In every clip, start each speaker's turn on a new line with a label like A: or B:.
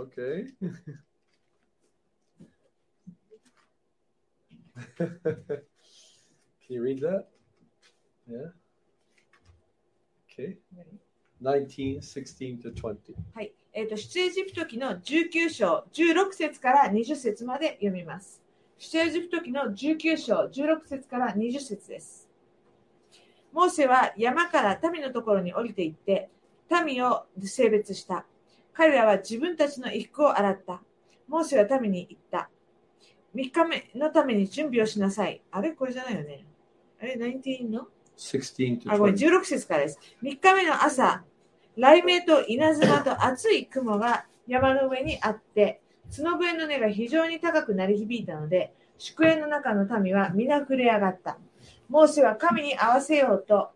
A: Okay. Can you read that? Yeah. Okay. 19, 16 to 20.
B: はい。えっ、と、出エジプト記の19章16節から20節まで読みます。出エジプト記の19章16節から20節です。モーセは山から民のところに降りて行って、民を性別した。彼らは自分たちの衣服を洗った。モーセは民に言った。3日目のために準備をしなさい。あれこれじゃないよね。あれ ?19 の
A: 16 to
B: あ、ごめん、
A: 20.
B: 16節からです。3日目の朝、雷鳴と稲妻と厚い雲が山の上にあって、角笛の音が非常に高く鳴り響いたので、宿営の中の民は皆震え上がった。モーセは神に合わせようと、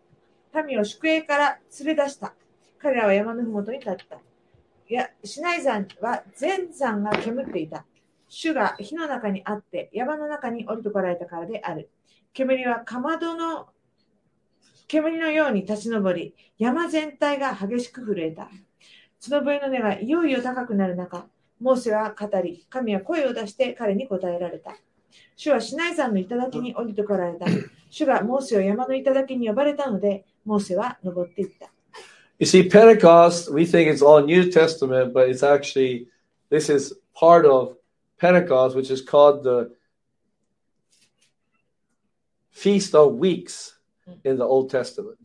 B: 民を宿営から連れ出した。彼らは山のふもとに立った。いや、シナイ山は全山が煙っていた。主が火の中にあって、山の中に降りてこられたからである。煙はかまどの煙のように立ち上り、山全体が激しく震えた。角笛の音がいよいよ高くなる中、モーセは語り、神は声を出して彼に答えられた。主はシナイ山の頂に降りてこられた。主がモーセを山の頂に呼ばれたので、モーセは登っていった。
A: You see, Pentecost, we think it's all New Testament, but it's actually, this is part of Pentecost, which is called the Feast of Weeks in the Old Testament.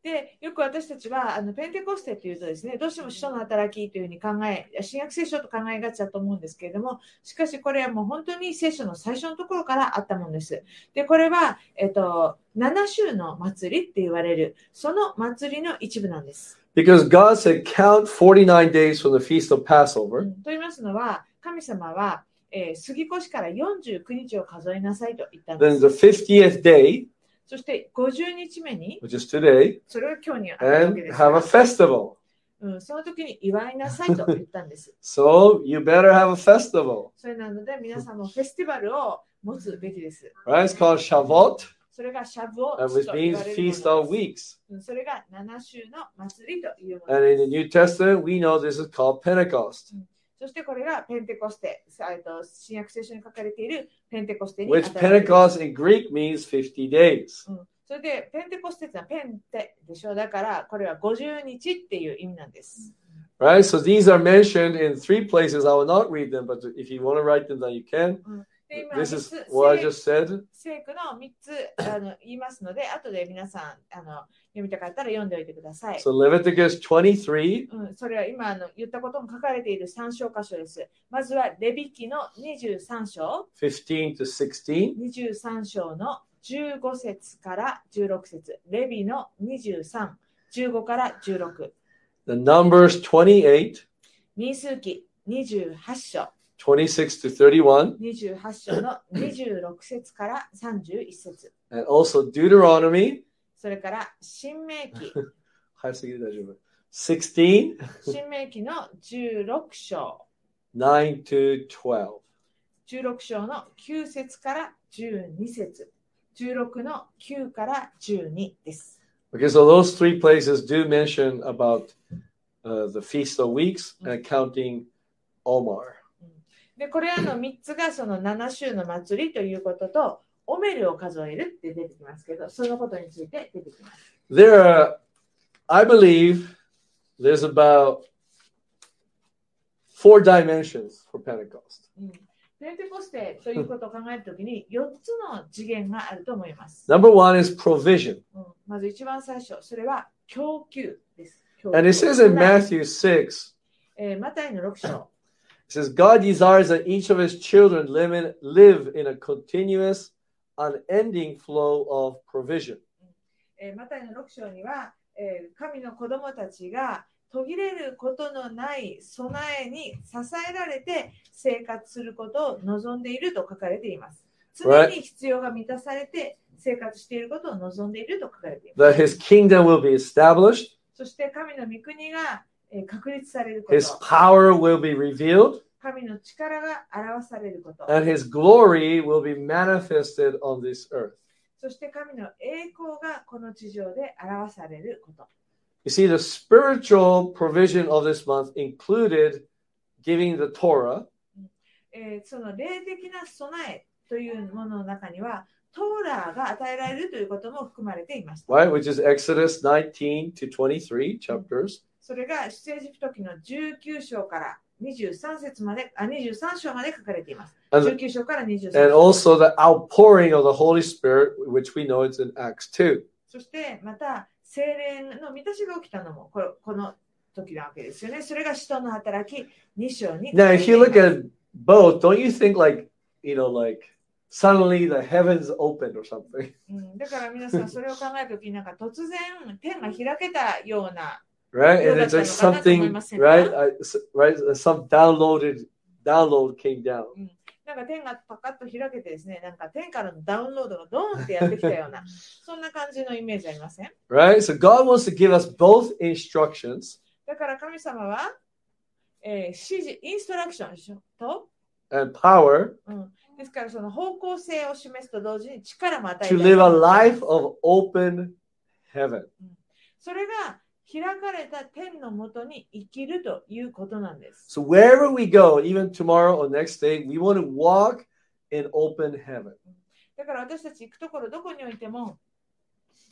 B: で、よく私たちは、あの、ペンテコステっていうとですね、どうしても使徒の働きというふうに考え、新約聖書と考えがちだと思うんですけれども、しかしこれはもう本当に聖書の最初のところからあったものです。で、これは、えっと、7週の祭りって言われる、その祭りの一部なんです。
A: Because God said, count 49 days from the Feast of
B: う
A: Passover.
B: んと言いますのは、神様は、えー杉越から49日を数えなさいと言ったんで
A: Then
B: す。
A: the 50th day,
B: そして50日目に、
A: which is today,
B: それを今日にあったわけ
A: and
B: です
A: have a festival.
B: うん。その時に祝いなさいと言ったんです。
A: So you better have a festival,
B: それなので皆さんもフェスティバルを持つべきです。
A: right? It's called Shavuot,
B: それがシャブを
A: and which
B: と言
A: means
B: われるも
A: Feast
B: の
A: of
B: で
A: Weeks.
B: すうんそれが7週の祭りというもの
A: And in
B: で
A: the
B: す。
A: New Testament, we know this is called Pentecost,
B: そしてこれがペンテコステ、さえっと新約聖書に書かれているペンテコステに
A: which
B: 当たるわけです
A: Pentecost in Greek means 50 days.
B: うんそれでペンテコステってのはペンテでしょだからこれは50日っていう意味なんです。
A: Right? So these are mentioned in three places. I will not read them, but if you want to write them down, you can.
B: で今
A: This
B: 3
A: is
B: つ
A: what I just said.
B: 聖句の3つあの言いますので後で皆さんあの読みたかったら読んでおいてください。
A: So Leviticus 23,
B: うん、それは今あの言ったことも書かれている参照箇所です。まずはレビ記の23章、
A: 15 to 16,
B: 23章の15節から16節、レビの23、15から16、
A: the Numbers 28,
B: 民数記28章、
A: 26 to 31,
B: 28章の26節から31節、
A: and also Deuteronomy
B: それから新明記、
A: 16,
B: 新明記の16章、
A: 9 to 12.
B: 16章の9節から12節、16の9から12です。
A: Okay, so those three places do mention about uh, the Feast of Weeks and counting Omar.
B: で、これらの3つがその7週の祭りということと、オメルを数えるって出てきますけど、そのことについて出てきます。
A: There are, I believe, there's about four dimensions for Pentecost.
B: うん、ペンテコステということを考えるときに4つの次元があると思います。
A: Number one is provision.
B: うん、まず一番最初、それは供給です。供給
A: And it says in Matthew 6,
B: えーマタイの6章、
A: it says, God desires that each of his children live in, live in a continuous, unending flow of provision.
B: えーマタイの6章には、えー神の子供たちが途切れることのない備えに支えられて生活することを望んでいると書かれています。常
A: Right.
B: に必要が満たされて生活していることを望んでいると書かれていま
A: That
B: す。
A: his kingdom will be established,
B: そして神の御国がえー確立されるこ
A: his
B: と、
A: power will be revealed,
B: 神の力が表されること、
A: and his glory will be manifested on this earth.
B: そして神の栄光がこの地上で表されること。
A: You see, the spiritual provision of this month included giving the Torah,
B: えーその霊的な備えというものの中には、トーラーが与えられるということも含まれていました。
A: right, which is Exodus 19 to 23 chapters,
B: それが出エジプト記の19章から23節まで、あ、23章まで書かれています。
A: and
B: 19章から23
A: and
B: 章。
A: also the outpouring of the Holy Spirit, which we know it's in Acts 2.
B: そしてまた、精霊の満たしが起きたのもこのこの時なわけですよね。それが使徒の働き2章に書か
A: Now,
B: れて
A: if
B: い
A: you
B: ま
A: look
B: す
A: at both, don't you think like you know, like suddenly the heavens opened or something,
B: うん、だから皆さんそれを考えるときになんか突然天が開けたような
A: right? And it's like something, right? I, s- right? Some downloaded download came down.
B: なんか天がパカッと開けてですねなんか天からのダウンロードがドーンってやってきたよう なそんな感じのイメージありません
A: Right? So God wants to give us both instructions
B: だから神様は、えー指示インストラクションでしょと、
A: and power
B: うん、ですからその方向性を示すと同時に力も与え
A: to
B: ら
A: live
B: れる
A: a life of open heaven.
B: それが開かれた天のもとに生きるということなんです。
A: So wherever we go, even tomorrow or next day, we want to walk in open heaven.
B: だから私たち行くところどこにおいても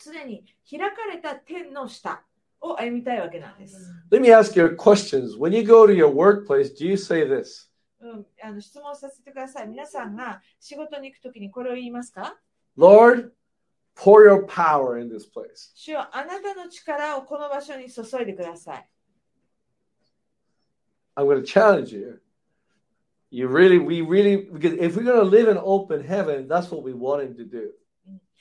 B: 常に開かれた天の下を歩みたいわけなんです。
A: Let me ask you questions. When you go to your workplace, do you say this?
B: うん、あの質問させてください。皆さんが仕事に行くときにこれを言いますか
A: Lord, pour your power in this place.
B: 主よあなたの力をこの場所に注いでください。
A: I'm going to challenge you. You really, we really, because if we're going to live in open heaven, that's what we want Him to do.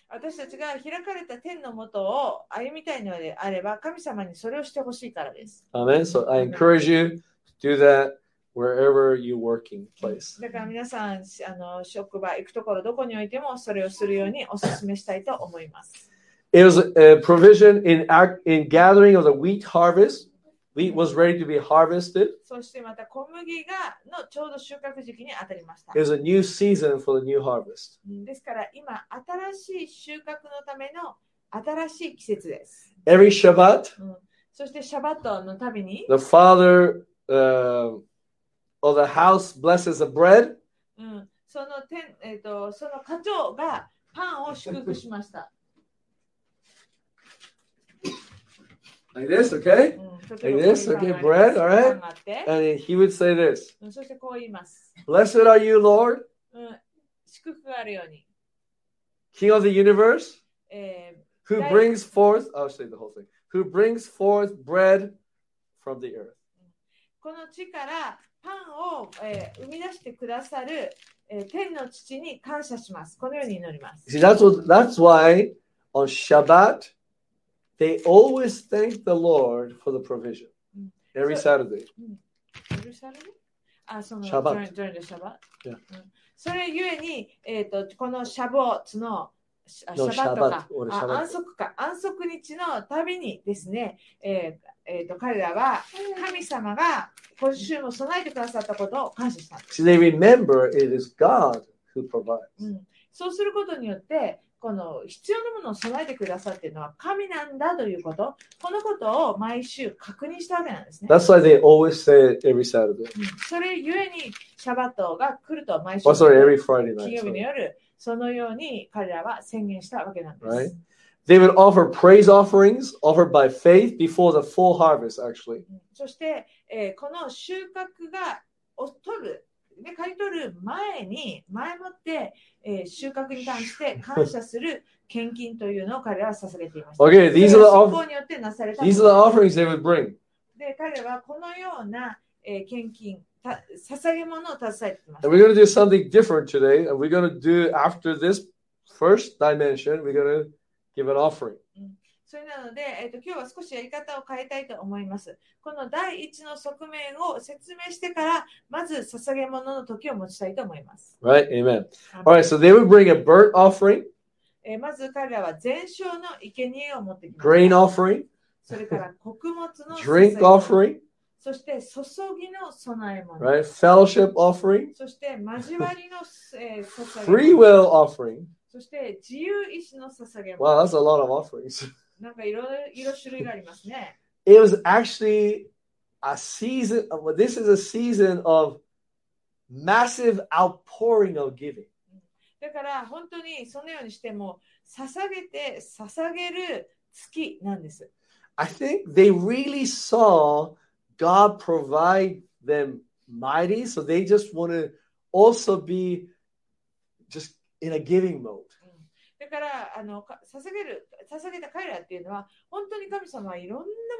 B: 私たちが開かれた天のもとを歩みたいのであれば神様にそれをしてほしいからです。
A: Amen. So I encourage you to do that wherever you working place.
B: だから皆さん、あの職場行くところどこにおいてもそれをするようにお勧めしたいと思います。
A: It was a provision in act, in gathering of the wheat harvest. Wheat was ready to be harvested.
B: そしてまた小麦がのちょうど収穫時期に当たりました
A: It。was a new season for the new harvest.
B: うんですから今、新しい収穫のための新しい季節です。
A: Every Shabbat,
B: そしてシャバットのたびに、
A: the father uh, of the house blesses the bread,
B: うん、その天、えっとその課長がパンを祝福しました。
A: like this, okay?
B: うん、
A: Like this? Okay, bread, alright.
B: パンがあって、
A: And he would say this
B: うんそしてこう言います、
A: Blessed are you, Lord,
B: うん。祝福があるように、
A: King of the universe,
B: え
A: who
B: Right.
A: brings forth, I'll say the whole thing, who brings forth bread from the earth.
B: ーこの地からパンを、えー生み出してくださる、えー天の父に感謝します。このように祈ります。
A: See, that's what that's why on Shabbat they always thank the Lord for the provision.
B: Mm.
A: Every
B: So-
A: Saturday.
B: エルサレムあ、その、
A: シャバッ
B: during- during the シャバッ
A: Yeah.
B: うんそれゆえに、えっ、と、このシャボツの、シャ
A: No,
B: シャバットか
A: Shabbat、俺
B: あ
A: シャバット
B: 安息か、安息日のたびにですね、えーえーと、彼らは神様が今週も備えてくださったことを感謝したんです。
A: See, they remember it is God who provides.
B: うん、そうすることによって、この必要なものを備えてくださっているのは神なんだということ、このことを毎週確認したわけなんですね。
A: That's why they always say it every Saturday.
B: うんそれゆえに、シャバットが来ると毎週。
A: Or Oh, sorry, every Friday
B: 金
A: night.
B: 曜日の
A: sorry.
B: 夜、そのように彼らは宣言したわけなんです。
A: Right. They would offer praise offerings offered by faith before the full harvest, actually.
B: うんそして、えーこの収穫がを取る、ね、刈り取る前に、前もって、えー収穫に関 して感謝する献金というのを彼らは捧げていました。
A: Okay, these
B: そ
A: are the
B: れは信
A: off-
B: 仰によってなされたもの
A: these are the offerings they would bring.
B: で、彼らはこのような、えー献金、た捧げ物を携えていました
A: And。we're gonna do something different today, and we're gonna do after this first dimension, we're gonna give an offering.
B: それなので、えっと今日は少しやり方を変えたいと思います。この第一の側面を説明してから、まず捧げ物の時を持ちたいと思います。
A: Right? Amen. All right, so they would bring a burnt offering,
B: えーまず彼らは全焼の生贄を持ってきま
A: grain
B: した。
A: offering,
B: それから穀物の捧げ
A: drink
B: 物
A: offering,
B: そして注ぎの備え物、
A: right? Fellowship offering, そして
B: そして交わりの、えー捧げ
A: free
B: 物、
A: will offering.
B: そして自由意志の捧げ物、
A: Wow, that's a lot of offerings.
B: なんかいろいろ種類がありますね。
A: It was actually a season. Of, this is a season of massive outpouring of giving.
B: だから本当にそのようにしても捧げて捧げる月なんです。
A: I think they really saw God provide them mighty, so they just want to also be just in a giving mode.
B: だからあのか捧げる捧げた彼らっていうのは本当に神様はいろんな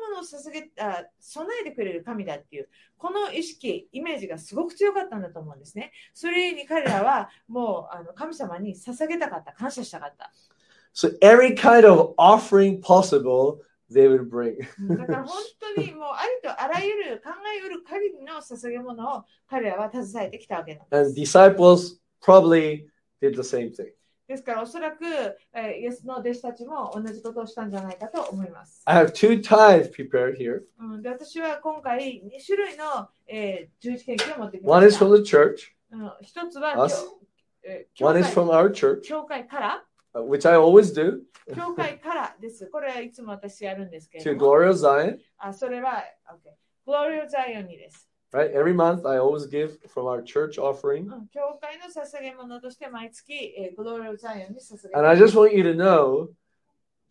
B: ものを捧げあ備えてくれる神だっていうこの意識イメージがすごく強かったんだと思うんですね。それに彼らはもうあの神様に捧げたかった感謝したかった。
A: So every kind of offering possible, they would bring.
B: だから本当にもうありとあらゆる考えうる限りの捧げ物を彼らは携えてきたわけなんで
A: And
B: す。
A: disciples probably did the same thing.
B: ですからおそらく、えーイエスの弟子たちも同じことをしたんじゃないかと思います。
A: I have two tithes prepared here.
B: うん、で私は今回2種類の、えー、十字研究を持ってき
A: One
B: ま
A: is
B: した。
A: from the church.
B: うん、一つは
A: Us.
B: 教,、えー教
A: One
B: 会
A: is from our church,
B: 教会から
A: uh, which I always do,
B: 教会からです。これはいつも私やるんですけれ
A: to
B: ども、
A: Gloria Zion.
B: あそれは、OK、グロリオザイオンにです、
A: Right, every month I always give from our church
B: う
A: offering,
B: ん。教会の捧げ物として毎月、えー、グロリオザイオンに捧げ
A: and I
B: て
A: just want you to know,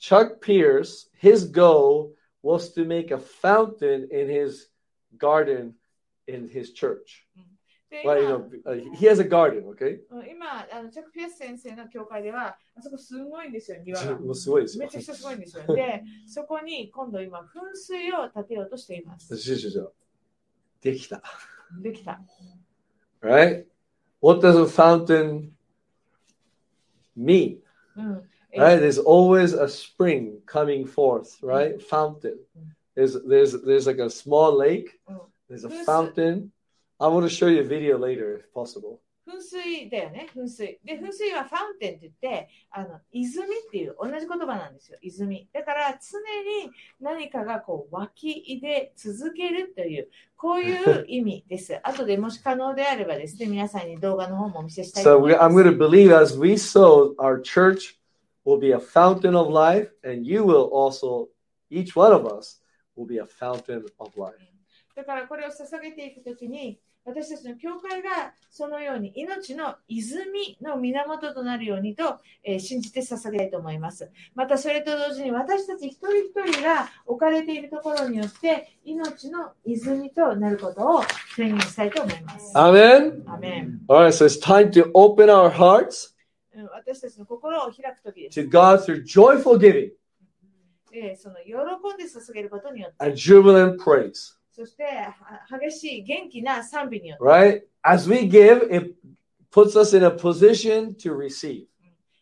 A: Chuck Pierce, his goal was to make a fountain in his garden in his church.
B: で
A: Well, you
B: 今
A: know, uh, he has a garden, okay?
B: うん今あの、チャック・ピアス先生の教会では、あそこすごいんですよ、庭が。
A: もうすごいですよ。
B: めちゃくちゃすごいんですよ。で、そこに今度今、噴水を建てようとしています。
A: できた。
B: できた。
A: Right? What does a fountain mean?
B: うん。え
A: right there's always a spring coming forth
B: Mm-hmm.
A: right fountain there's there's there's like a small lake
B: Oh.
A: there's a
B: Who's-
A: fountain i want to show you a video later if possible
B: 噴水だよね、噴水。で、噴水はファウンテンって言って、あの、泉っていう同じ言葉なんですよ、泉。だから常に何かがこう湧き出続けるという、こういう意味です。後でもし可能であればですね、皆さんに動画の方もお見せしたいと
A: so
B: 思い
A: we,
B: ます。
A: i'm going to believe as we sow our church will be a fountain of life and you will also each one of us will be a fountain of life
B: だからこれを捧げていくときに、私たちの教会がそのように命の泉の源となるようにと、えー信じて捧げたいと思います。またそれと同時に私たち一人一人が置かれているところによって命の泉となることを宣言したいと思います。
A: amen
B: アメン
A: all right so it's time to open our hearts
B: うん私たちの心を開くときです、
A: to god through joyful giving
B: えーその喜んで捧げることによって、
A: and jubilant praise
B: そしては激しい元気な賛美によって
A: right? As we give, it puts us in a position to receive.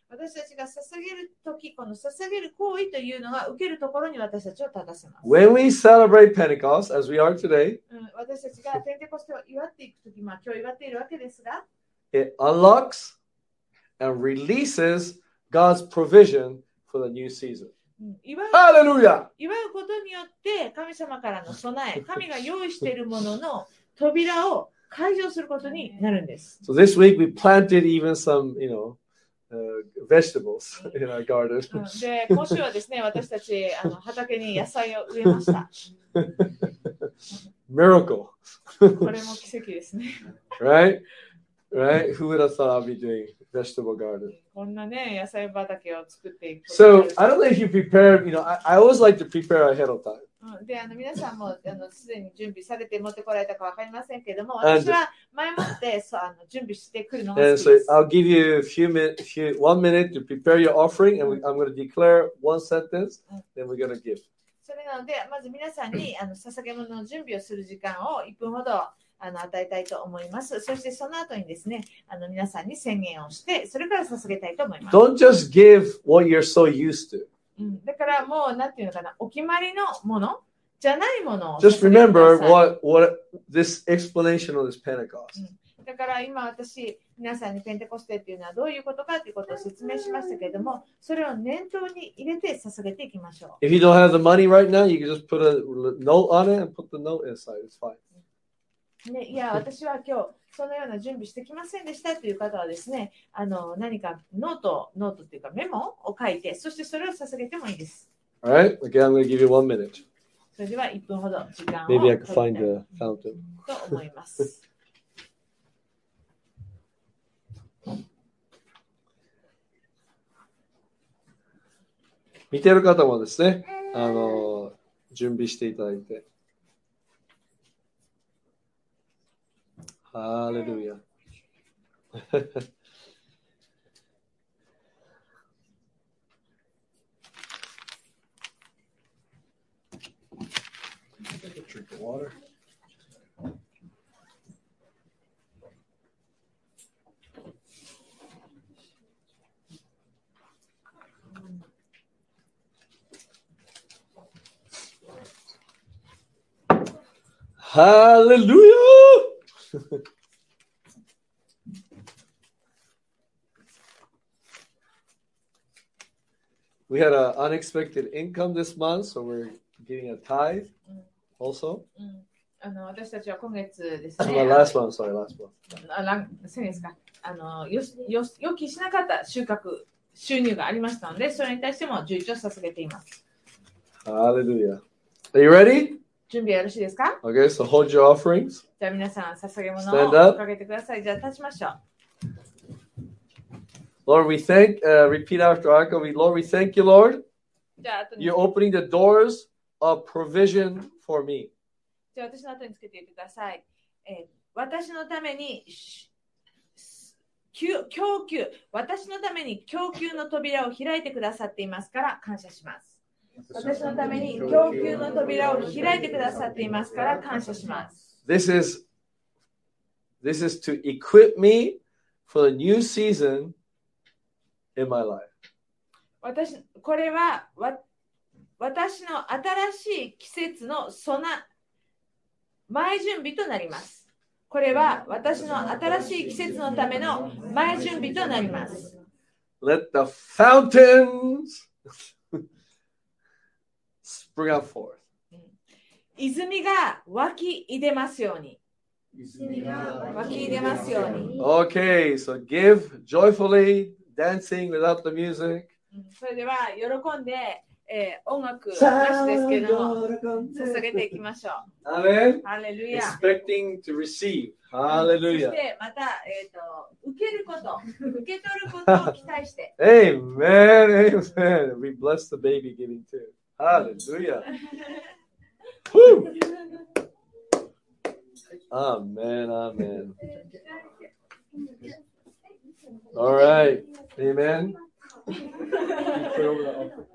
B: 私たちが捧げるとき、この捧げる行為というのが受けるところに私たちを立たせます。
A: When we celebrate Pentecost, as we are today,
B: うん、私たちがペンテコステを祝っていくとき、まあ今日祝っているわけですが、
A: it unlocks and releases God's provision for the new season.
B: うん祝う
A: Hallelujah!
B: 祝うことによって神様からの備え、神が用意しているものの扉を解除することになるんです。
A: So this week we planted even some, you know, uh, vegetables in our garden.
B: うん、で、今週はですね、私たちあの畑に野菜を植えました。
A: Miracle,
B: これも奇跡ですね。
A: right? Right? Who would have thought I'd be doing vegetable garden?
B: こんなね、野菜畑を作っていくこと
A: So
B: になると
A: I don't know if you prepare, you know, I, I always like to prepare ahead of time.
B: うんであの皆さんもあのすでに準備されて持ってこられたかわかりませんけれども、
A: And-
B: 私は前もってそうあの準備してくるのが好
A: And
B: き
A: so
B: です。
A: I'll give you a few minutes, few, one minute to prepare your offering, and we, I'm going to declare one sentence, then we're going to give.
B: それなので、まず皆さんにあの捧げ物の準備をする時間を1分ほどあの与えたいと思います。そしてその後にですね、あの皆さんに宣言をして、それから捧げたいと思います。
A: Don't just give what you're so used to.
B: うん、だからもう、なんていうのかな、お決まりのものじゃないものを捧げ
A: Just
B: てください。
A: remember what what this explanation of this Pentecost.
B: だから今私皆さんにペンテコステっていうのはどういうことかということを説明しましたけれどもそれを念頭に入れて捧げていきましょ
A: If you don't have the money right now, you can just put a l- note on it and put the note inside. It's fine.
B: う、ね、いや私は今日そのような準備してきませんでしたという方はですねあの何かノートノートっていうかメモを書いてそしてそれを捧げてもいいです
A: All right. Again, I'm going to give you one minute.
B: それでは1分ほど時間を
A: Maybe I
B: 取
A: could find
B: りたい
A: a fountain.
B: と思います。
A: 見てる方もですね、あの、準備していただいて。ハレルヤ。Drink of water. Hallelujah! we had an unexpected income this month, so we're getting a tithe also.
B: うんあの私たちは今月です ね
A: Well, last month, sorry, last month.
B: あラン先月かあのよしよし予期しなかった収穫収入がありましたのでそれに対しても11を捧げています
A: Hallelujah. Are you ready?
B: 準備はよろしいですか
A: Okay, so hold your offerings.
B: じゃあ皆さん捧げ物
A: Stand up.
B: をかけてくださいじゃあ立ちましょう
A: Lord, we thank, uh, repeat after Arca. We, Lord, we thank you, Lord.
B: じゃあ後に
A: You're opening the doors of provision for me.
B: じゃあ私の後につけてください、えー私のためにし供供給私のために供給の扉を開いてくださっていますから感謝します私のために供給の扉を開いてくださっていますから感謝します
A: This is this is to equip me for the new season in my life.
B: 私これはわ私の新しい季節の備前準備となります。これは私の新しい季節のための前準備となります。
A: Let the fountains spring up forth.
B: 泉が湧き出ますように。湧き出ますように。
A: Okay, so give joyfully, dancing without the music.
B: うんそれでは喜んで、えー音楽なしですけれども、捧げていきましょ
A: Amen.
B: う。ハレルヤ。
A: Expecting to receive.
B: そ
A: Hallelujah.
B: してまた、えーと、受けること、受け取ることを期待して。
A: Amen. Amen. We bless the baby giving too. Hallelujah. Woo. Ah, Amen. Amen. All right. Amen. Put over the altar.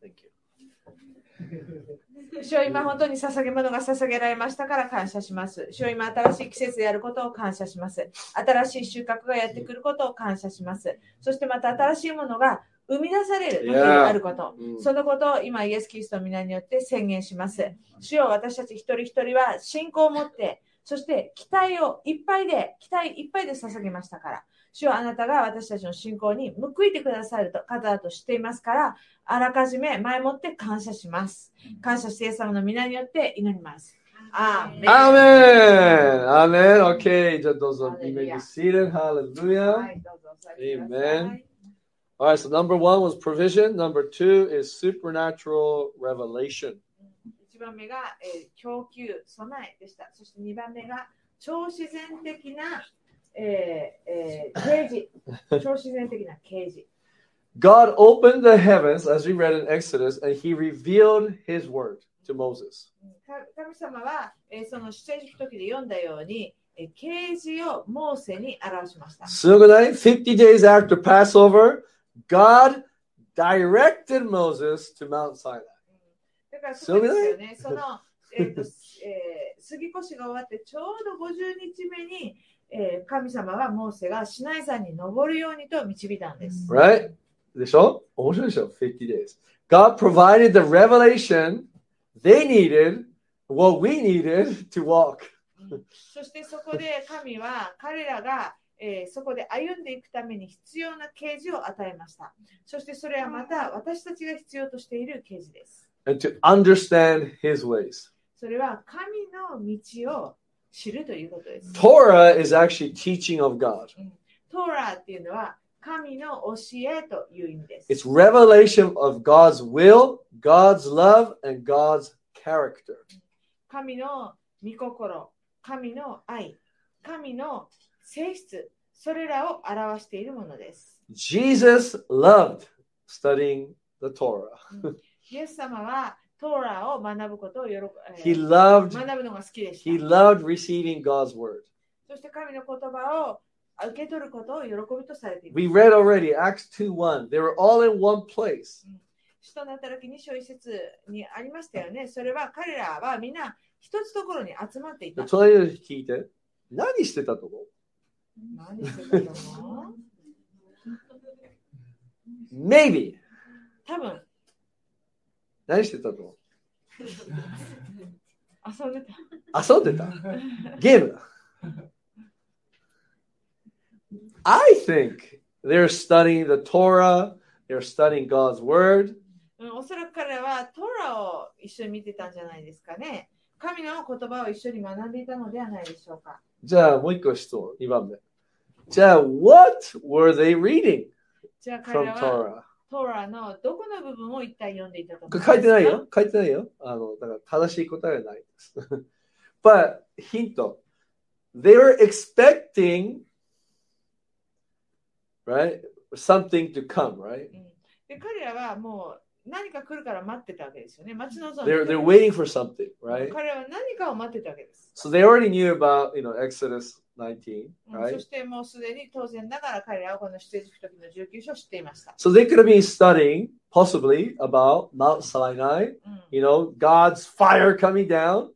A: Thank you.
B: 主よ今本当に捧げ物が捧げられましたから感謝します。主よ今新しい季節でやることを感謝します。新しい収穫がやってくることを感謝します。そしてまた新しいものが生み出されるものになること。
A: うん
B: そのことを今イエス・キリストの皆によって宣言します。主よ私たち一人一人は信仰を持って、そして期待をいっぱいで、期待いっぱいで捧げましたから。主よあなたが私たちの信仰に報いてくださると方だと知っていますから、あらかじめ前もって感謝します。感謝してイエス様の皆によって祈ります。アーメン
A: Amen. Amen. Okay. Just those of you may be
B: Hallelujah.
A: seated. Hallelujah.
B: はいどうぞお座りください
A: Amen. All right. So number one was provision. Number two is supernatural revelation.
B: 一番目が、えー供給、備えでした。そして二番目が超自然的な、えーえー、啓示。超自然的な啓示。
A: God opened the heavens, as we read in Exodus, and he revealed his word to Moses.
B: か神様は、えーその出演式時で読んだように、えー啓示をモーセに表しました。
A: Sugunai, 50 days after Passover, God directed Moses to Mount Sinai.
B: だから
A: そ
B: そうう
A: で
B: ですす
A: よ
B: よね。その、えーとすえー杉越が終わってちょうど50日目に、えー神様はモーセがシナイ山に登るようにと導いたんです。
A: Right? oh, でしょ面白いでしょ ?50 days. God provided the revelation they needed, what we needed to walk.
B: そしてそこで神は彼らが、えーそこで歩んでいくために必要な啓示を与えました。そしてそれはまた私たちが必要としている啓示です。
A: and to understand his ways.
B: それは神の道を知るということです。
A: Torah is actually teaching of God.
B: トーラーっていうのは神の教えという意味です。
A: It's revelation of God's will, God's love, and God's character.
B: 神の御心、神の愛、神の性質、それらを表しているものです。
A: Jesus loved studying the Torah.
B: イエス様はトーラを学ぶことを喜ぶ
A: He loved
B: 学ぶのが好きでし
A: he
B: た。
A: loved receiving God's word.
B: そして神の言葉を受け取ることを喜びとされています。
A: We read already Acts 2:1. They were all in one place.
B: 使徒の働きに小説にありましたよね。それは彼らはみんな一つところに集まっていた。
A: 隣の人聞いて、何してたと思う
B: 何してたと思う
A: ?Maybe.
B: 多分
A: 何してたと思う
B: 遊んでた。
A: 遊んでたゲームだ I think they're studying the Torah, they're studying God's word,
B: うんおそらく彼らはトラを一緒に見てたんじゃないですかね。神の言葉を一緒に学んでいたのではないでしょうか。
A: じゃあもう一個質問、2番目。じゃあ、what were they reading
B: じゃあ彼
A: from
B: らは
A: Torah?
B: トラのどこの部分を一体読んでいたと思い
A: こ
B: ま
A: れ書
B: すか
A: いてないよ。書いてないよ。あの、だから正しい答えはないです。But, ヒント。They were expecting, right? Something to come, right?
B: うんで彼らはもう何か来るから待ってたわけですよね。待ち望んでた
A: They're, they're waiting for something, right?
B: 彼らは何かを待ってたわけです。
A: So they already knew about, you know, Exodus 19,
B: うん
A: right?
B: そしてもうすでに当然ながら彼らはこの出エジプト記の19章を知っていました。
A: So they could have been studying, possibly, about Mount Sinai,
B: うん
A: you know, God's fire coming down.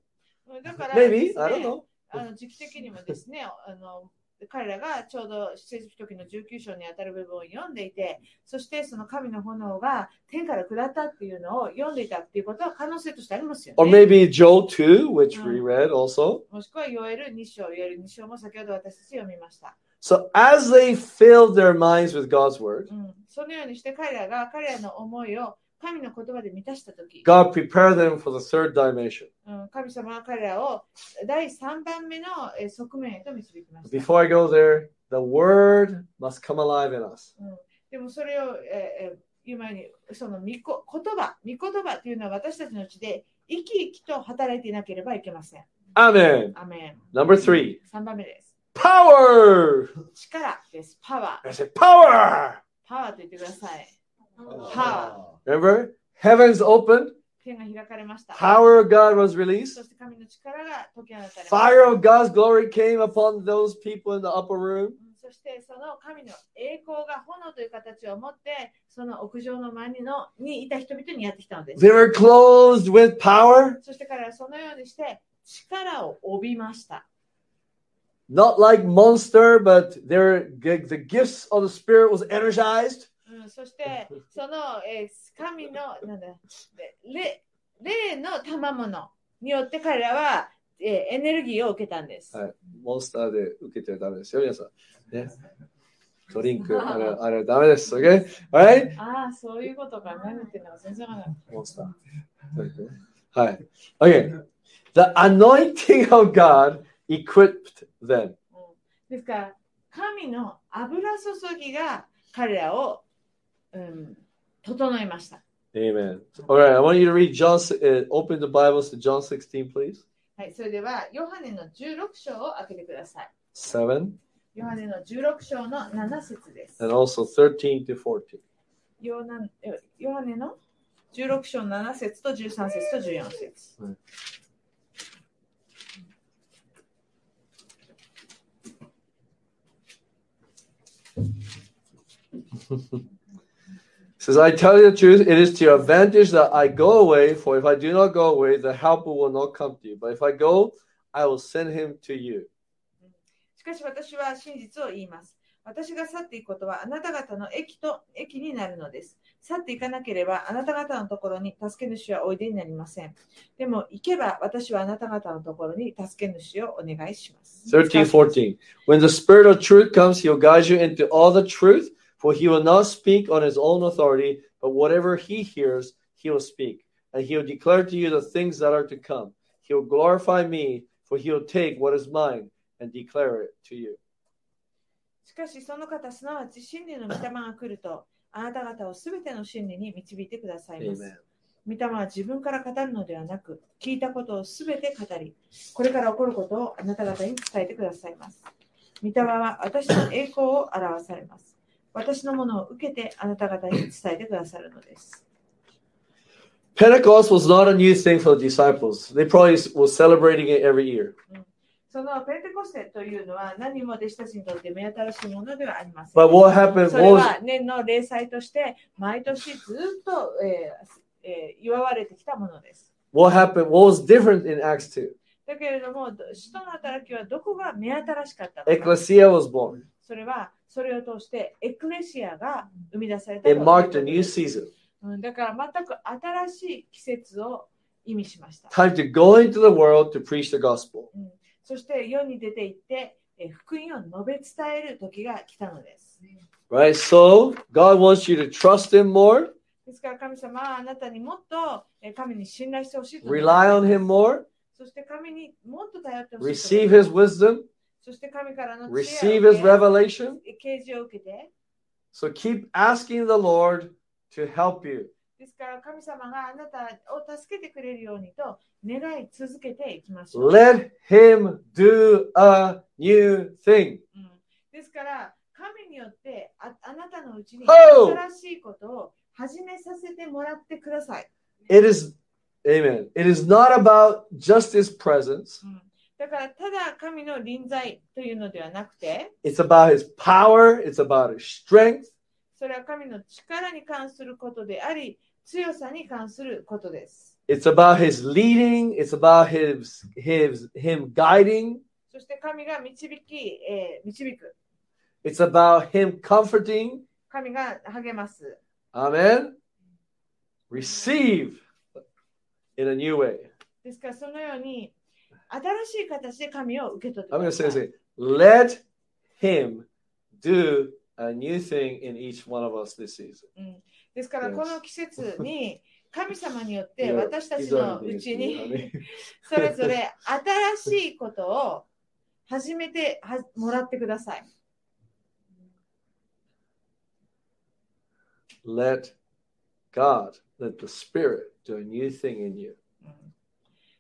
B: だからですね、
A: Maybe, I don't know.
B: あの時期的にもですね、 あの彼らがちょうど出エジプト記の19章にあたる部分を読んでいて、そしてその神の炎が天から下ったっていうのを読んでいたっていうことは可能性としてありますよ
A: Or
B: ね。
A: maybe Joel 2, which
B: Mm.
A: we read also.
B: もしくはヨエル2章、ヨエル2章も先ほど私たち読みました。
A: So as they filled their minds with God's word,
B: うん、そのようにして彼らが彼らの思いを神の言葉で満たしたとき、
A: God prepared them for the third dimension.
B: うん、神様は彼らを第3番目のえー側面へと導きました。
A: Before I go there, the word must come alive in us.
B: でもそれを、えーえー言う前に、そのみこ言葉、み言葉というのは私たちのうちで生き生きと働いていなければいけません。
A: Amen.
B: アメ
A: Number three,
B: ン。3番目です。
A: power.
B: 力です。パワー。
A: I said power.
B: パワーと言ってください。
A: Remember, heavens opened,
B: 天が開かれました。
A: power of God was
B: そ
A: released,
B: して神の力が解き放たれました。
A: fire of God's glory came upon those people in the upper room.
B: うんそしてその神の栄光が炎という形を持ってその屋上の間にのにいた人々にやってきたのです
A: They were clothed with power,
B: そして彼らはそのようにして力を帯びました
A: not like monster, but their the gifts of the Spirit was energized.
B: うん、そして、 その、えー神の、なんだ、れ霊の賜物によって彼らは、えーエネルギーを受けたんです。
A: はいモンスターで受けてはダメですよ、皆さん。ね。ドリンク、あれ、あれ、ダメです。OK? Alright?
B: ああ、そういうことか。何言ってんのか全然わからない。
A: モンスター。はい。OK。The anointing of God equipped them.
B: ですから、神の油注ぎが彼らを、うん、整えました。
A: Amen. Alright, I want you to read John, uh, open the Bibles to John 16, please.
B: はい、それでは、ヨハネの16章を開けてください。
A: 7
B: ヨハネの16章の7節です。
A: and also 13 to 14.
B: ヨナえヨハネの16章7節と13節と14節
A: はいsays, I tell you the truth, it is to your advantage that I go away, for if I do not go away, the helper will not come to you. But if I go, I will send him to you.
B: しかし私は真実を言います。私が去っていくことはあなた方の益と益になるのです。去っていかなければあなた方のところに助け主はおいでになりません。でも行けば私はあなた方のところに助け主をお願いします。
A: 13, 14. When the Spirit of truth comes, he'll guide you into all the truth, for he will not speak on his own authority, but whatever he hears, he will speak. And he'll declare to you the things that are to come. He'll glorify me, for he'll take what is mine and declare it to you.
B: しかしその方、すなわち真理の御霊が来ると、あなた方をすべての真理に導いてくださいます。
A: Amen.
B: 御霊は自分から語るのではなく、聞いたことをすべて語り、これから起こることをあなた方に伝えてくださいます。御霊は私の栄光を表されます。私のものを受けてあなた方に伝えてくださるのです。
A: Pentecost was not a new thing for the disciples. They probably were celebrating it every year.
B: そのペンテコステというのは何も弟子たちにとって目新しいものではありません。
A: But what happened
B: それ
A: was
B: は年の礼祭として毎年ずっと、えーえー祝われてきたものです。
A: what happened what was different in Acts 2.
B: だけれども、使徒の働きはどこが目新しかったのか
A: Ecclesia was born.
B: それはそれを通してエクレシアが生み出されたという
A: It
B: こと
A: marked a
B: で
A: new
B: す
A: season.
B: うんだから全く新しい季節を意味しました。
A: Time to go into the world to preach the gospel.
B: そして世に出て行って、えー福音を述べ伝える時が来たのです。
A: Right? So God wants you to trust him more,
B: ですから神様はあなたにもっとえー神に信頼してほしいと思います
A: rely on him more,
B: そして神にもっと頼ってほしいと思いま
A: receive his
B: す
A: wisdom,
B: そして神からの知恵
A: receive
B: を
A: his
B: 受け
A: revelation.
B: 啓示を受けて、
A: So keep asking the Lord to help you.
B: ですから神様があなたを助けてくれるようにと願い続けていきましょう。
A: Let him do a new thing.
B: うんですから神によってああなたのうちに
A: Oh！
B: 新しいことを始めさせてもらってください。
A: It is, amen. It is not about just his presence,
B: うんだからただ神の臨在というのではなくて、
A: it's about his power, it's about his strength.
B: それは神の力に関することであり、強さに関することです。
A: It's about his leading. It's about his his him guiding.
B: そして神が導き、えー導く。
A: It's about him comforting.
B: 神が励ます。
A: Amen. Receive in a new way.
B: ですからそのように新しい形で神を受け取って
A: I'm
B: く
A: gonna
B: だ
A: say
B: さ
A: this.
B: い
A: again. Let him do a new thing in each one of us this season.
B: ですからこの季節に神様によって
A: いや
B: 私たち
A: He's already
B: の
A: doing
B: う
A: it.
B: ちに
A: Amen.
B: それぞれ新しいことを始めてはもらってください。
A: Let God, let the Spirit do a new thing in you.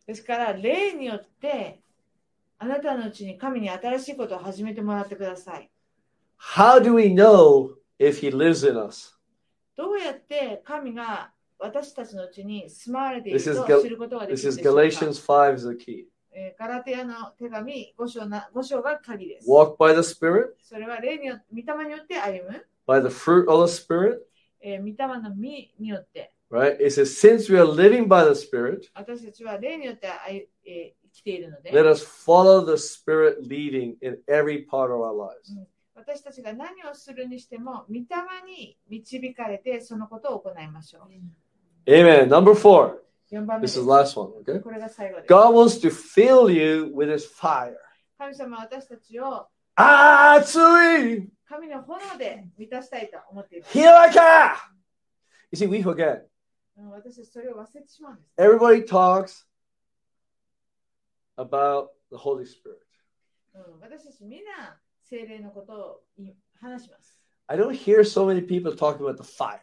B: ですから霊によってあなたのうちに神に新しいことを始めてもらってください。
A: How do we know if He lives in us?
B: どうやって神が私たちのうちに住まわれてい
A: This
B: る
A: is
B: と
A: Gal-
B: 知ることができ
A: This
B: る
A: is
B: でしょうか
A: Galatians 5 is the key.
B: えーガラテヤの手紙5章な5章が鍵です。
A: Walk by the Spirit.
B: それは霊によって、御霊によって歩む、
A: by the fruit of the Spirit,
B: えー、御霊の実によって、
A: right? It says, since we are living by the Spirit,
B: 私たちは霊によってあい、えー生きているので、
A: let us follow the Spirit leading in every part of our lives.
B: 私たちが何をするにしても、御霊に導かれて、そのことを行いましょ
A: Amen. Number four.
B: う。4番目で
A: This
B: す
A: is the。last one, okay?
B: これが最後です。
A: God wants to fill you with his fire.
B: 神様は私たちを
A: Atsui!
B: 神の炎で満たしたいと思っています。
A: Hiraka! You see, we forget.
B: うん私たちそれを忘れてしまうんです。
A: Everybody talks about the Holy Spirit.
B: うん、私たちみんな精霊のことをい話します。
A: I don't hear so many people talking about the fire.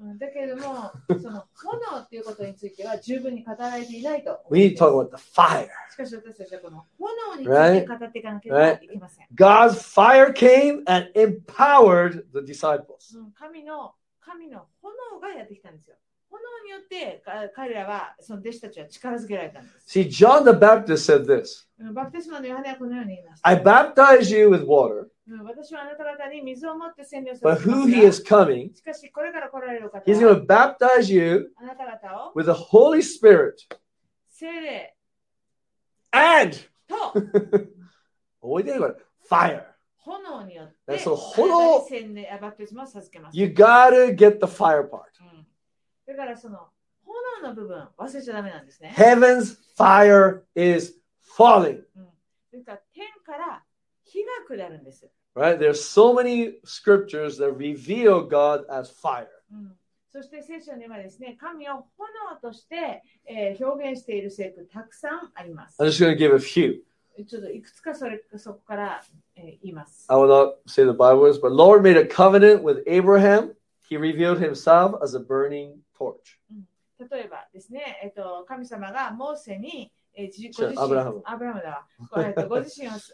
B: うんだけれ ども、その炎っていうことについては十分に語られていないと思う
A: We need to
B: んです
A: talk about the fire.
B: しかし私たちはこの炎について語っていかなければいけません。
A: God's fire came and empowered the disciples.
B: うん神の神の炎がやってきたんですよ。炎によってか彼らはその弟子たちは力づけられたんです。
A: See, John the Baptist said this
B: うんバプテスマのヨハネはこのように言いました。
A: I baptize you with water,
B: うん私はあなた方に水を持って洗礼をする
A: but who he is coming,
B: しかしこれから来られる方
A: he's
B: は
A: going to baptize you
B: あなた方を
A: with the Holy Spirit
B: 精霊
A: and oh,
B: と
A: fire.
B: 炎によって
A: えそう
B: あなた
A: 炎
B: に洗礼あバプテスマを授けます。
A: You got to get the fire part.
B: うんだからその炎の部分忘れちゃダメなんですね。
A: Heaven's fire is falling,
B: ですから天から火が下るんです。
A: right? There's so many scriptures that reveal God as fire.
B: そして聖書にはですね、神を炎として、えー表現している聖句たくさんあります。
A: I'm just going to give a few.
B: ちょっといくつかそれそこから、えー言います。
A: I will not say the Bible words, but Lord made a covenant with Abraham. He revealed himself as a burning torch.
B: 例えばですね、えっと神様がモーセに、えー自
A: 違う
B: ご自身
A: アブラハム
B: アブラハムだわ ごえっとご自身を表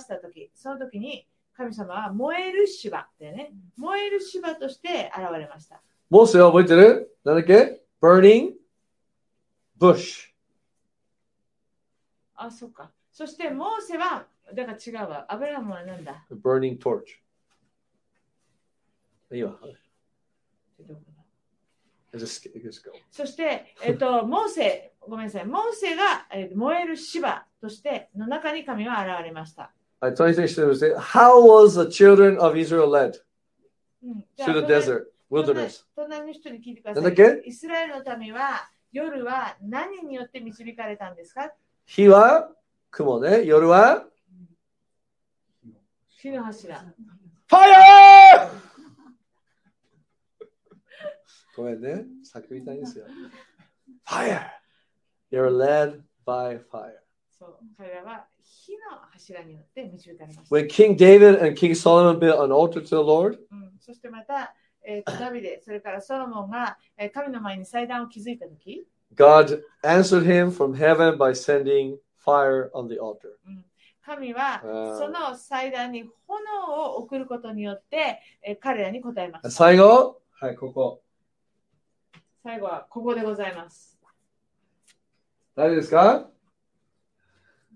B: したとき、その時に神様は燃える芝ってね、燃える芝として現れました。
A: モーセは覚えてるなんだっけ ?burning bush.
B: あ、そっか。そしてモーセは、だから違うわ。アブラハムはなんだ
A: A burning torch. いいわ。Just- just go.
B: そして、えっ と、モーセ、ごめんなさい、モーセが、えー燃える芝としての中に神は現れました。
A: I tell you, say, how was the children of Israel led
B: うん、じゃあ
A: through the
B: 隣
A: desert, wilderness?
B: 隣の人に聞いてくだ
A: な
B: さ
A: んだっ
B: い。イスラエルの民は夜は何によって導かれたんですか
A: 日は雲ね、夜は
B: 火の柱。
A: ファイ ヤーごめんね、叫びたいんですよ。ファイヤー !You're led by fire.
B: そう、彼らは火の柱によって導かれました。
A: When King David and King Solomon built an altar to the Lord,
B: うん、そしてまた、えーとダビデ、それからソロモンが、えー神の前に祭壇を築いたとき、
A: God answered him from heaven by sending fire on the altar.
B: 神は
A: うん
B: その祭壇に炎を送ることによって、えー彼らに答えました。
A: 最後はい、ここ。
B: 最後はここでございます。
A: 誰ですか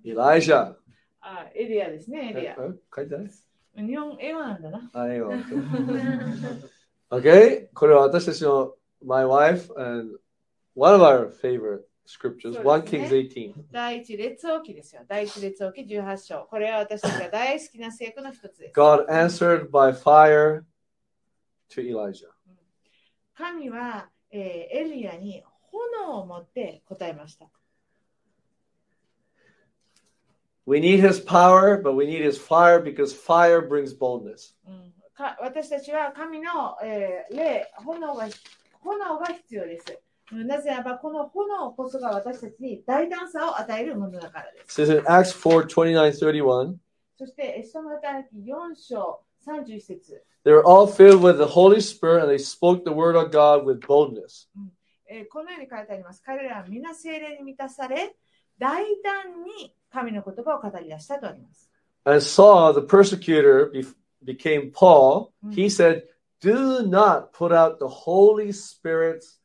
A: エライジャ。
B: あエリアですね、エリア。
A: え書いてない
B: 日本英語なんだな。
A: あ、英語。Okay, これは私たちの My wife and one of our favorite scriptures, 1 Kings 18.
B: 第一列王記ですよ。第一列王記18章。これは私たちが大好きな聖句の一つです。
A: God answered by fire to Elijah.
B: 神は、えーエリアに炎を持って答えました。
A: We need his power, but we need his fire because fire brings boldness.
B: うん、か私たちは神の、えー霊炎が炎が必要です。うんなぜならばこの炎こそが私たちに大胆さを与えるものだからで
A: It
B: す。
A: says in Acts 4 29 31,
B: そしてエストの働き4章31節、
A: they were all filled with the Holy Spirit and they spoke the word of God with boldness.
B: えーこのように書いてあります。彼らは皆精霊に満たされ大胆に神の言葉を語り出したとあります。
A: And Saul, the persecutor, be- became Paul. He said, Do not put out the Holy Spirit's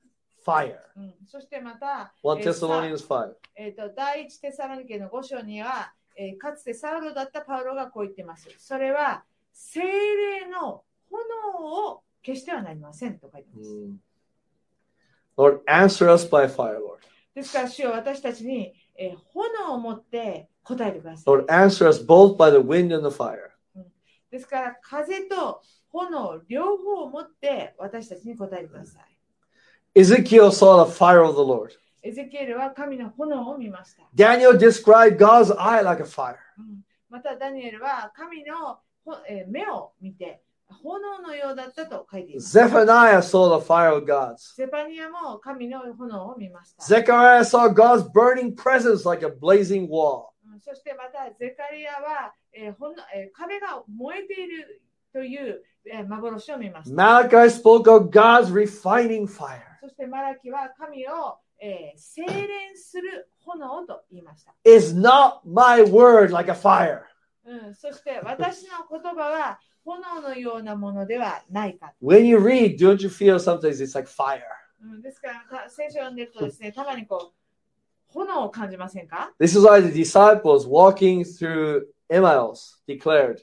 A: fire.
B: うん、そしてまた、
A: 1
B: Yes,
A: Thessalonians 5.
B: えー、と第一テサロニケの5章には、えーかつてサウロだったパウロがこう言っています。それは精霊の炎を消してはなりませんと書いてます。
A: Mm. Lord, answer us by fire, Lord.
B: ですから主よ私たちに、えー炎を持って答えてください。
A: Lord, answer us both by the wind and the fire.
B: ですから風と炎両方を持って私たちに答えてください。
A: Ezekiel saw the fire of the Lord.
B: エゼキエルは神の炎を見ました。
A: Daniel described God's eye like a fire.
B: うんまたダニエルは神のほ、えー目を見て炎のようだったと書いています。
A: Zephaniah saw the fire of God's.
B: ゼパニアも神の炎を見ました。
A: Zechariah saw God's burning presence like a blazing wall.
B: うんそしてまたゼカリアは、えーほんのえー壁が燃えているという、えー幻を見ました。
A: Malachi spoke of God's refining fire.
B: そしてマラキは神を、えー、精錬する炎と言いました、
A: Is not my word like a fire?
B: うん。そして私の言葉は炎のようなものではないか。
A: When you read, don't you feel sometimes it's like fire?
B: うん、ですからた聖書を読んでるとですね、たまにこう炎を感じませんか
A: This is why the disciples walking through Emmaus declared,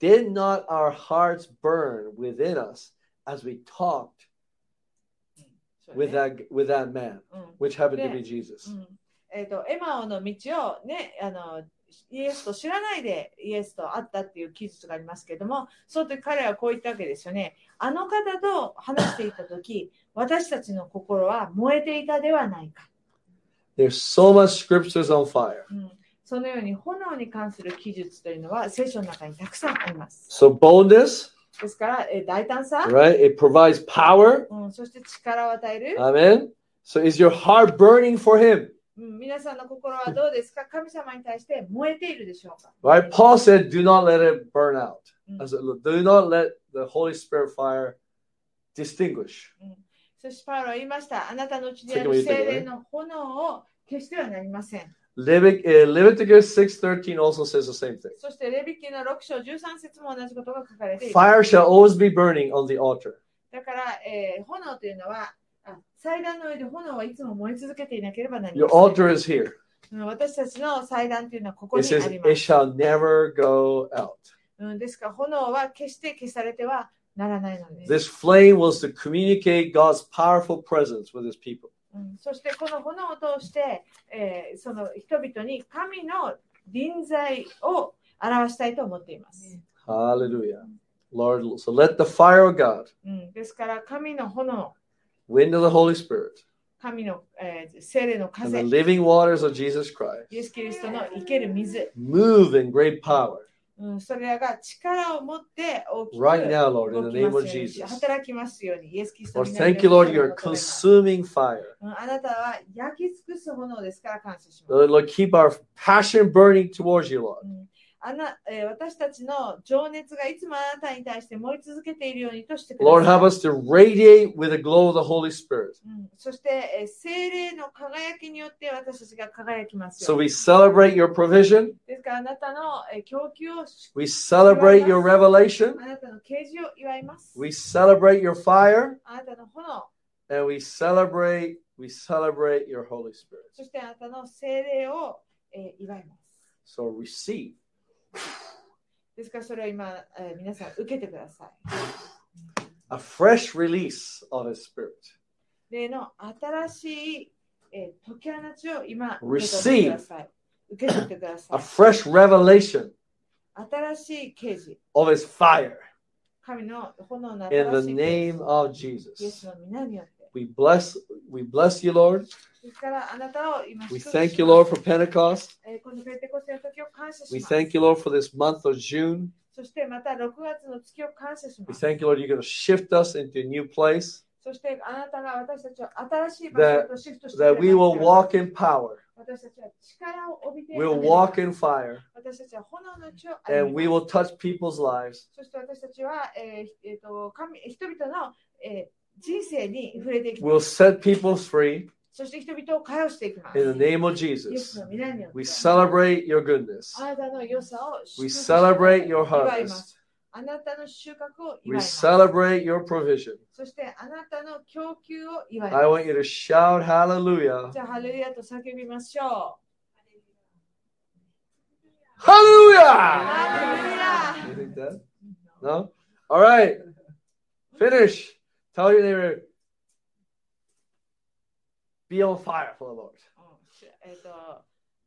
A: Did not our hearts burn within us as we talked
B: そうね
A: with that, with that man,
B: うん
A: which happened to be Jesus?
B: うんえー、とエマオの道を、ね、あのイエスと知らないでイエスと会ったっていう記述がありますけどもその時彼はこう言ったわけですよねあの方と話していた時私たちの心は燃えていたではないか、
A: There's so much scriptures on fire.
B: うん、そのように炎に関する記述というのは聖書の中にたくさんあります
A: So boldness,
B: ですから、えー大胆さ、
A: right? It provides power.
B: うん、そして力を与える、
A: Amen. So is your heart burning for him?
B: うんうん、皆さんの心はどうですか神様に対して燃えているでしょうか
A: Right? Paul said, do not let it burn out.
B: うん
A: I said, "Look, do not let the Holy Spirit fire distinguish.
B: そしてパウロは言いました。あなたのうちにある精霊の炎を消してはなりません。
A: Levit- uh, Leviticus 6.13 also says the same thing.
B: そしてレビキの6章13節も同じことが書かれている。
A: Fire shall always be burning on the altar.
B: だから、えー炎というのはあ祭壇の上で炎はいつも燃え続けていなければなり
A: Your
B: ません。
A: altar is here.
B: うん私たちの祭壇というのはここ
A: It
B: にあ
A: says
B: りま
A: it
B: す。
A: shall never go out.
B: うん、ですから炎は決して消されてはならないので
A: This
B: す。
A: flame was to communicate God's powerful presence with his people.
B: うん、そしてこの炎を通して、えーその人々に神の臨在を表したいと思っています。
A: Hallelujah. Lord, so let the fire of God,
B: うん、ですから神の炎、
A: wind of the Holy Spirit,
B: 神の、えー精霊の
A: and the
B: 風、
A: living waters of Jesus Christ
B: イエス・キリストの生ける水、
A: move in great power
B: うん、それらが力を持って大きく
A: right now,
B: 動
A: Lord, in
B: き
A: the name
B: ますよう
A: of
B: にし
A: Jesus.
B: 働きますように、イエス・キリスト
A: Lord,
B: の皆に
A: thank you, Lord,
B: よ
A: you're
B: っております
A: consuming fire.
B: うんあなたは焼き尽くす炎ですから感謝します。
A: Lord, Lord, keep our passion burning towards you, Lord.
B: うんあなえー私たちの情熱がいつもあなたに対して燃え続けているようにとしてくだ
A: Lord,
B: さい
A: have us to radiate with the glow of the Holy Spirit.
B: うんそして、えー精霊の輝きによって私たちが輝きます
A: So
B: ように。
A: we celebrate your provision,
B: ですからあなたの、えー供給をし
A: we celebrate your revelation,
B: あなたの啓示を祝います。
A: we celebrate your fire,
B: あなたの炎、
A: and we celebrate, we celebrate your Holy Spirit.
B: そしてあなたの精霊を、えー祝います。
A: So receive.
B: ですからそれを今、えー皆さん受けてください。
A: a fresh release of His Spirit.
B: 霊の新しい、えー解き放ちを今
A: Receive.
B: 受け取ってください。受け取ってくださ
A: a
B: い。
A: fresh revelation
B: 新しい啓示、
A: of His fire
B: 神の炎の
A: in the
B: 新しい啓
A: name
B: 示、
A: of
B: イエス
A: Jesus.
B: の皆によって。
A: We bless, we bless you, Lord.
B: ですからあなたを今
A: We
B: 祝福
A: thank
B: し
A: you,
B: ま
A: Lord,
B: す
A: for Pentecost.
B: えーこのペンテコステの時を感謝し
A: We
B: ます。
A: thank you, Lord, for this month of June.
B: そしてまた6月の月を感謝し
A: We
B: ます。
A: thank you, Lord, you're going to shift us into a new place
B: そしてあなたが私たちを新しい場所へとシフトしてくれ
A: that
B: ます
A: we
B: よ
A: will walk in power,
B: 私たちは力を帯びて
A: we'll walk in fire,
B: 私たちは炎の血を浴びます
A: and we will touch people's lives.
B: そして私たちは、えーえーと神人々の、えー人生に触れていきます。
A: We'll set people free
B: そして人々を解放していきます。
A: in the
B: イ
A: name of
B: エス
A: Jesus.
B: の皆によって
A: We celebrate your goodness.
B: あなたの良さを
A: We
B: 祝福し
A: celebrate your
B: 祝いま
A: harvest.
B: す。あなたの収穫を祝い
A: We
B: ます。
A: celebrate your provision.
B: そしてあなたの供給を祝います
A: I。want you to shout hallelujah.
B: じゃあ、ハレルヤと叫びましょう。
A: Hallelujah!
B: ハレルヤ
A: You think that? No? All right. Finish. Tell your neighbor. Be on fire for the Lord.
B: えっ、と、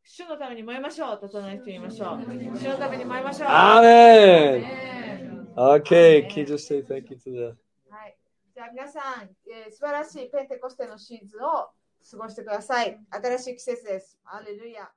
B: 主のために燃えましょうと隣の人に言いましょう。主のために燃えましょう。
A: Amen.
B: ねえ
A: Okay. Can you just say thank you to the.
B: はい、じゃあ、皆さん、えー素晴らしいペンテコステのシーズンを過ごしてください。新しい季節です。ハレルヤ。